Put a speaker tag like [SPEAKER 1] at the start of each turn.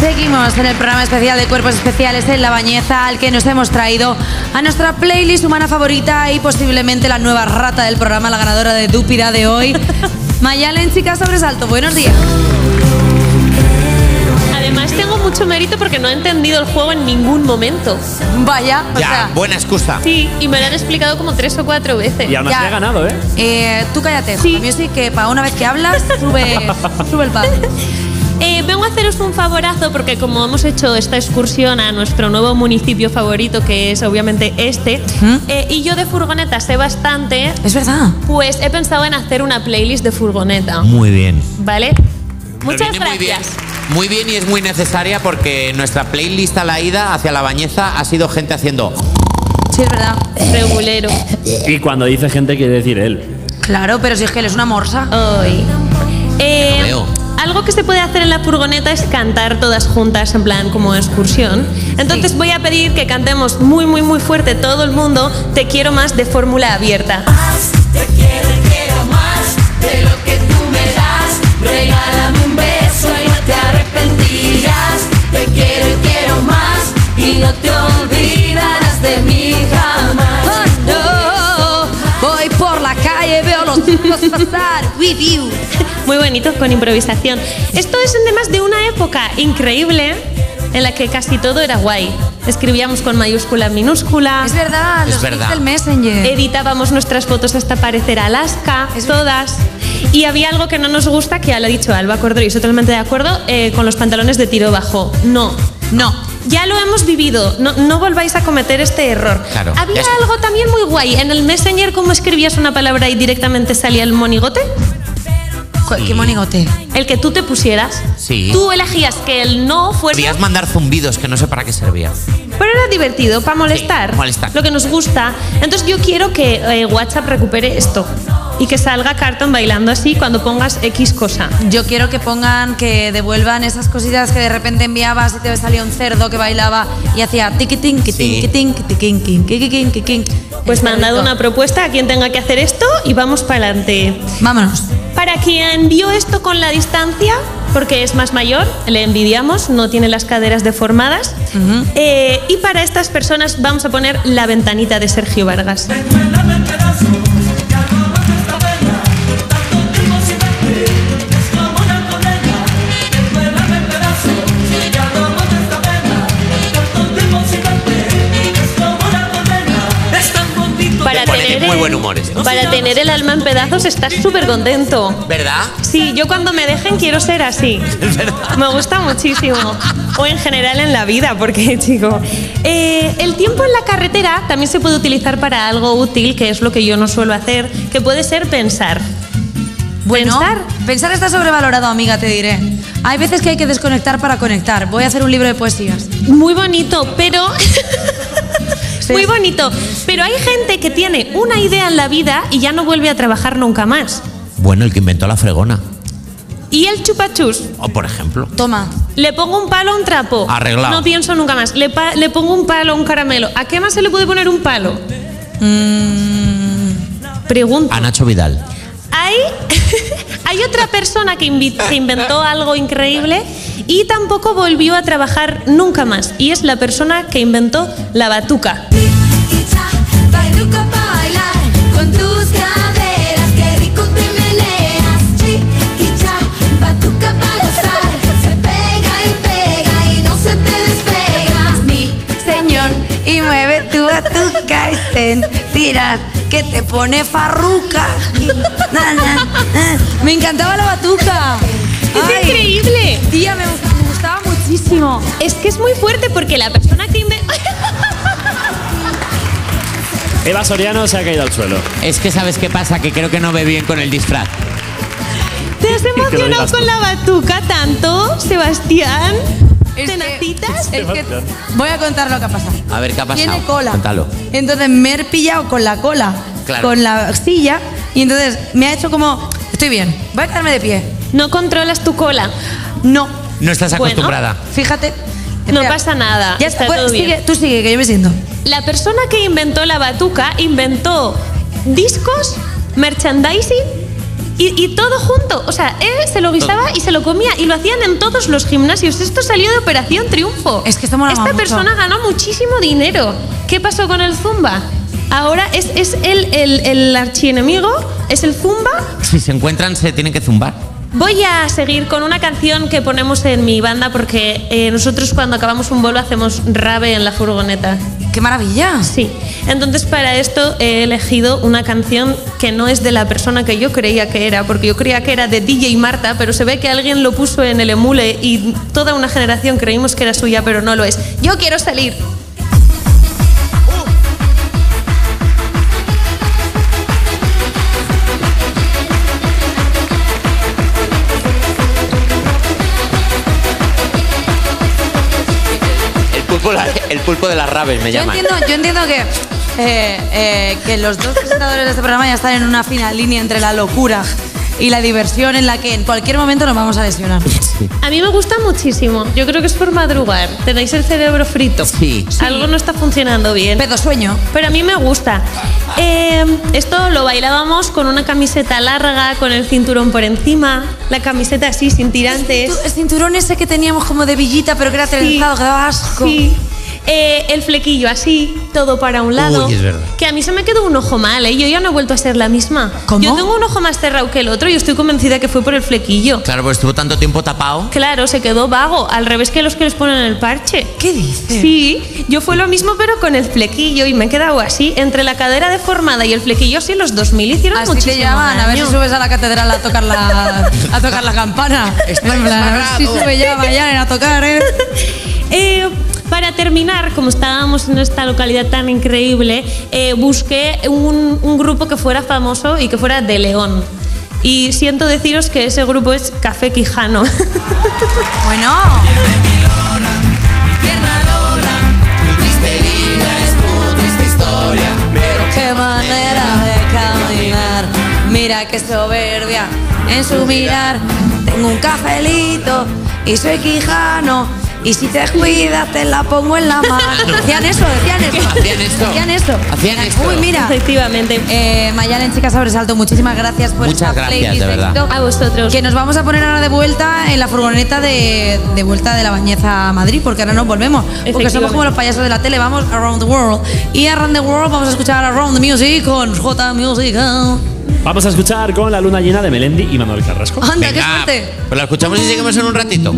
[SPEAKER 1] seguimos en el programa especial de Cuerpos Especiales en La Bañeza, al que nos hemos traído a nuestra playlist humana favorita y posiblemente la nueva rata del programa, la ganadora de Dúpida de hoy. Mayalen, chica sobresalto, buenos días.
[SPEAKER 2] Además, tengo mucho mérito porque no he entendido el juego en ningún momento.
[SPEAKER 1] Vaya, o
[SPEAKER 3] Ya,
[SPEAKER 1] sea,
[SPEAKER 3] buena excusa.
[SPEAKER 2] Sí, y me lo han explicado como tres o cuatro veces.
[SPEAKER 4] Y aún así
[SPEAKER 1] Ya.
[SPEAKER 4] ha ganado, ¿eh?
[SPEAKER 1] eh, tú cállate,
[SPEAKER 2] Sí.
[SPEAKER 1] Jota Music, que para una vez que hablas, sube, sube el padre.
[SPEAKER 2] Eh, vengo a haceros un favorazo porque como hemos hecho esta excursión a nuestro nuevo municipio favorito, que es obviamente este,
[SPEAKER 1] Ujú.
[SPEAKER 2] eh, y yo de furgoneta sé bastante,
[SPEAKER 1] Es verdad.
[SPEAKER 2] pues he pensado en hacer una playlist de furgoneta,
[SPEAKER 3] Muy bien.
[SPEAKER 2] ¿vale? Muchas
[SPEAKER 3] Muy bien.
[SPEAKER 2] gracias.
[SPEAKER 3] Muy bien y es muy necesaria porque nuestra playlist a la ida hacia la bañeza ha sido gente haciendo.
[SPEAKER 1] Sí, es verdad.
[SPEAKER 2] Regulero.
[SPEAKER 4] Y cuando dice gente quiere decir él.
[SPEAKER 1] Claro, pero si es que él es una morsa.
[SPEAKER 2] Hoy. Eh,
[SPEAKER 3] Lo veo.
[SPEAKER 2] algo que se puede hacer en la furgoneta es cantar todas juntas en plan como excursión. Entonces voy a pedir que cantemos muy muy muy fuerte todo el mundo Te quiero más de fórmula abierta.
[SPEAKER 5] Te quiero, quiero más de lo que tú me das. Regálame un beso y no te arrepentirás. Te quiero y quiero más y no te olvidarás de mí jamás.
[SPEAKER 1] Oh, no. Voy por la calle, veo los chicos pasar. With you.
[SPEAKER 2] Muy bonito con improvisación. Esto es además de una época increíble en la que casi todo era guay. Escribíamos con mayúscula, minúscula.
[SPEAKER 1] Es verdad,
[SPEAKER 3] Ah, Es
[SPEAKER 1] los
[SPEAKER 3] verdad. Eh,
[SPEAKER 1] del Messenger.
[SPEAKER 2] Editábamos nuestras fotos hasta parecer Alaska,
[SPEAKER 1] Es
[SPEAKER 2] todas. Y había algo que no nos gusta, que ya lo ha dicho Alba Cordero, y estoy totalmente de acuerdo, eh, con los pantalones de tiro bajo. No, no. Ya lo hemos vivido, no, no volváis a cometer este error.
[SPEAKER 3] Claro, ya
[SPEAKER 2] Había
[SPEAKER 3] está.
[SPEAKER 2] algo también muy guay. En el Messenger, ¿cómo escribías una palabra y directamente salía el monigote?
[SPEAKER 1] Jo, Qué monigote.
[SPEAKER 2] El que tú te pusieras.
[SPEAKER 3] Sí.
[SPEAKER 2] Tú elegías que el no fuera.
[SPEAKER 3] Podías mandar zumbidos que no sé para qué servía.
[SPEAKER 2] Pero era divertido, para molestar.
[SPEAKER 3] Sí, molestar.
[SPEAKER 2] Lo que nos gusta. Entonces yo quiero que eh, WhatsApp recupere esto. Y que salga Carton bailando así cuando pongas X cosa.
[SPEAKER 1] Yo quiero que pongan, que devuelvan esas cositas que de repente enviabas y te salía un cerdo que bailaba y hacía tiqui tinqui
[SPEAKER 3] Sí.
[SPEAKER 1] tinqui tinqui tiquinqui, tiquinqui, tiquinqui.
[SPEAKER 2] Pues
[SPEAKER 1] El
[SPEAKER 2] mandad
[SPEAKER 1] cerdito.
[SPEAKER 2] una propuesta a quien tenga que hacer esto y vamos para adelante.
[SPEAKER 1] Vámonos.
[SPEAKER 2] Para quien vio esto con la distancia, porque es más mayor, le envidiamos, no tiene las caderas deformadas. Eh, y para estas personas vamos a poner la ventanita de Sergio Vargas. Para
[SPEAKER 3] pone de
[SPEAKER 2] tener,
[SPEAKER 3] muy
[SPEAKER 2] el-
[SPEAKER 3] buen humor esto.
[SPEAKER 2] para tener el alma en pedazos estás súper contento.
[SPEAKER 3] ¿Verdad?
[SPEAKER 2] Sí, yo cuando me dejen quiero ser así. Me gusta muchísimo. O en general en la vida, porque, chico. eh, el tiempo en la carretera también se puede utilizar para algo útil, que es lo que yo no suelo hacer, que puede ser pensar.
[SPEAKER 1] Bueno,
[SPEAKER 2] Pensar.
[SPEAKER 1] pensar está sobrevalorado, amiga, te diré. Hay veces que hay que desconectar para conectar. Voy a hacer un libro de poesías.
[SPEAKER 2] Muy bonito, pero. Muy bonito. Pero hay gente que tiene una idea en la vida y ya no vuelve a trabajar nunca más.
[SPEAKER 3] Bueno, el que inventó la fregona.
[SPEAKER 2] Y el chupachus.
[SPEAKER 3] O por ejemplo.
[SPEAKER 1] Toma.
[SPEAKER 2] Le pongo un palo a un trapo.
[SPEAKER 3] Arreglado.
[SPEAKER 2] No pienso nunca más. Le, pa- le pongo un palo a un caramelo. ¿A qué más se le puede poner un palo?
[SPEAKER 1] Mm.
[SPEAKER 2] Pregunta.
[SPEAKER 3] A Nacho Vidal.
[SPEAKER 2] Hay, hay otra persona que, invi- que inventó algo increíble y tampoco volvió a trabajar nunca más. Y es la persona que inventó la batuca.
[SPEAKER 5] Chiquita, bailuca pa' bailar con tus caderas, qué rico te meleas. Chiquita, batuca pa' gozar, se pega y pega y no se te despega. Mi
[SPEAKER 1] Señor, y mueve tu batuca y sentirás que te pone farruca. Na, na, na. Me encantaba la batuca.
[SPEAKER 2] ¡Es
[SPEAKER 1] Ay,
[SPEAKER 2] increíble!
[SPEAKER 1] Tía, me gust- me gustaba muchísimo.
[SPEAKER 2] Es que es muy fuerte porque la persona que inventó...
[SPEAKER 4] Eva Soriano se ha caído al suelo.
[SPEAKER 3] Es que sabes qué pasa, que creo que no ve bien con el disfraz.
[SPEAKER 2] ¿Te has
[SPEAKER 4] lo
[SPEAKER 2] emocionado
[SPEAKER 4] digas tú.
[SPEAKER 2] con la batuca tanto, Sebastián?
[SPEAKER 1] Es que-
[SPEAKER 2] ¿Tenacitas?
[SPEAKER 1] es que- voy a contar lo que ha pasado.
[SPEAKER 3] A ver qué ha pasado.
[SPEAKER 1] Tiene cola.
[SPEAKER 3] Cuéntalo.
[SPEAKER 1] Entonces me he pillado con la cola,
[SPEAKER 3] Claro.
[SPEAKER 1] con la silla, y entonces me ha hecho como, estoy bien, voy a quedarme de pie.
[SPEAKER 2] No controlas tu cola.
[SPEAKER 1] No,
[SPEAKER 3] No estás
[SPEAKER 2] Bueno.
[SPEAKER 3] acostumbrada.
[SPEAKER 1] fíjate.
[SPEAKER 2] No
[SPEAKER 1] Espera.
[SPEAKER 2] pasa nada.
[SPEAKER 1] Ya
[SPEAKER 2] está
[SPEAKER 1] está, pues,
[SPEAKER 2] todo bien.
[SPEAKER 1] sigue, tú sigue, que yo me siento.
[SPEAKER 2] La persona que inventó la batuca inventó discos, merchandising Y, y todo junto. O sea, él se lo guisaba y se lo comía. Y lo hacían en todos los gimnasios. Esto salió de Operación Triunfo.
[SPEAKER 1] Es que esto molaba
[SPEAKER 2] Esta
[SPEAKER 1] mucho.
[SPEAKER 2] persona ganó muchísimo dinero. ¿Qué pasó con el Zumba? Ahora es, es el, el, el archienemigo, es el Zumba,
[SPEAKER 3] Si se encuentran, se tienen que zumbar.
[SPEAKER 2] Voy a seguir con una canción que ponemos en mi banda porque eh, nosotros cuando acabamos un bolo hacemos rave en la furgoneta.
[SPEAKER 1] ¡Qué maravilla!
[SPEAKER 2] Sí. Entonces para esto he elegido una canción que no es de la persona que yo creía que era, porque yo creía que era de DJ Marta, pero se ve que alguien lo puso en el emule y toda una generación creímos que era suya, pero no lo es. Yo quiero salir.
[SPEAKER 3] El pulpo, la- el pulpo de las rabes me
[SPEAKER 1] Yo
[SPEAKER 3] llaman.
[SPEAKER 1] entiendo, yo entiendo que, eh, eh, que los dos presentadores de este programa ya están en una fina línea entre la locura y la diversión en la que en cualquier momento nos vamos a lesionar.
[SPEAKER 2] A mí me gusta muchísimo. Yo creo que es por madrugar. Tenéis el cerebro frito.
[SPEAKER 3] Sí.
[SPEAKER 2] Algo no está funcionando bien.
[SPEAKER 1] Pedo sueño.
[SPEAKER 2] Pero a mí me gusta. Eh, esto lo bailábamos con una camiseta larga, con el cinturón por encima, la camiseta así, sin tirantes.
[SPEAKER 1] Tú, El cinturón ese que teníamos como de villita, pero que era trenzado, que daba asco.
[SPEAKER 2] Sí. Eh, el flequillo así, todo para un lado.
[SPEAKER 3] Uy, es verdad.
[SPEAKER 2] Que a mí se me quedó un ojo mal, ¿eh? Yo ya no he vuelto a ser la misma.
[SPEAKER 1] ¿Cómo?
[SPEAKER 2] Yo tengo un ojo más cerrado que el otro y estoy convencida que fue por el flequillo.
[SPEAKER 3] Claro, pues estuvo tanto tiempo tapado.
[SPEAKER 2] Claro, se quedó vago, al revés que los que les ponen el parche.
[SPEAKER 1] ¿Qué dices?
[SPEAKER 2] Sí, yo fue lo mismo pero con el flequillo y me he quedado así. Entre la cadera deformada y el flequillo, sí, los 2000 hicieron
[SPEAKER 1] Así
[SPEAKER 2] muchísimo
[SPEAKER 1] te llaman, a ver si
[SPEAKER 2] daño.
[SPEAKER 1] subes a la catedral a tocar la, a tocar la campana.
[SPEAKER 3] Estoy
[SPEAKER 1] En plan, a ver si
[SPEAKER 3] embarrado.
[SPEAKER 1] sube ya mañana a tocar, ¿eh?
[SPEAKER 2] Eh, para terminar, como estábamos en esta localidad tan increíble, eh, busqué un, un grupo que fuera famoso y que fuera de León. Y siento deciros que ese grupo es Café Quijano.
[SPEAKER 1] Bueno, qué manera de caminar. Mira qué soberbia en su mirar. Tengo un cafelito y soy quijano. Y si te cuidas, te la pongo en la mano. Hacían eso, decían eso.
[SPEAKER 3] Hacían esto.
[SPEAKER 1] Hacían eso.
[SPEAKER 3] Hacían esto.
[SPEAKER 1] Uy, mira.
[SPEAKER 2] Efectivamente.
[SPEAKER 1] Eh, Mayalen, chicas, sobresalto. Muchísimas gracias por
[SPEAKER 3] Muchas
[SPEAKER 1] esta
[SPEAKER 3] gracias,
[SPEAKER 1] playlist
[SPEAKER 3] de verdad.
[SPEAKER 1] éxito.
[SPEAKER 2] A vosotros.
[SPEAKER 1] Que nos vamos a poner ahora de vuelta en la furgoneta de, de vuelta de la bañeza a Madrid, porque ahora nos volvemos. Porque somos
[SPEAKER 2] Efectivamente.
[SPEAKER 1] como los payasos de la tele, vamos around the world. Y around the world vamos a escuchar around the music con J Music. Anda,
[SPEAKER 4] Vamos a escuchar con la luna llena de Melendi y Manuel Carrasco.
[SPEAKER 1] qué suerte.
[SPEAKER 3] Pues la escuchamos y seguimos en un ratito.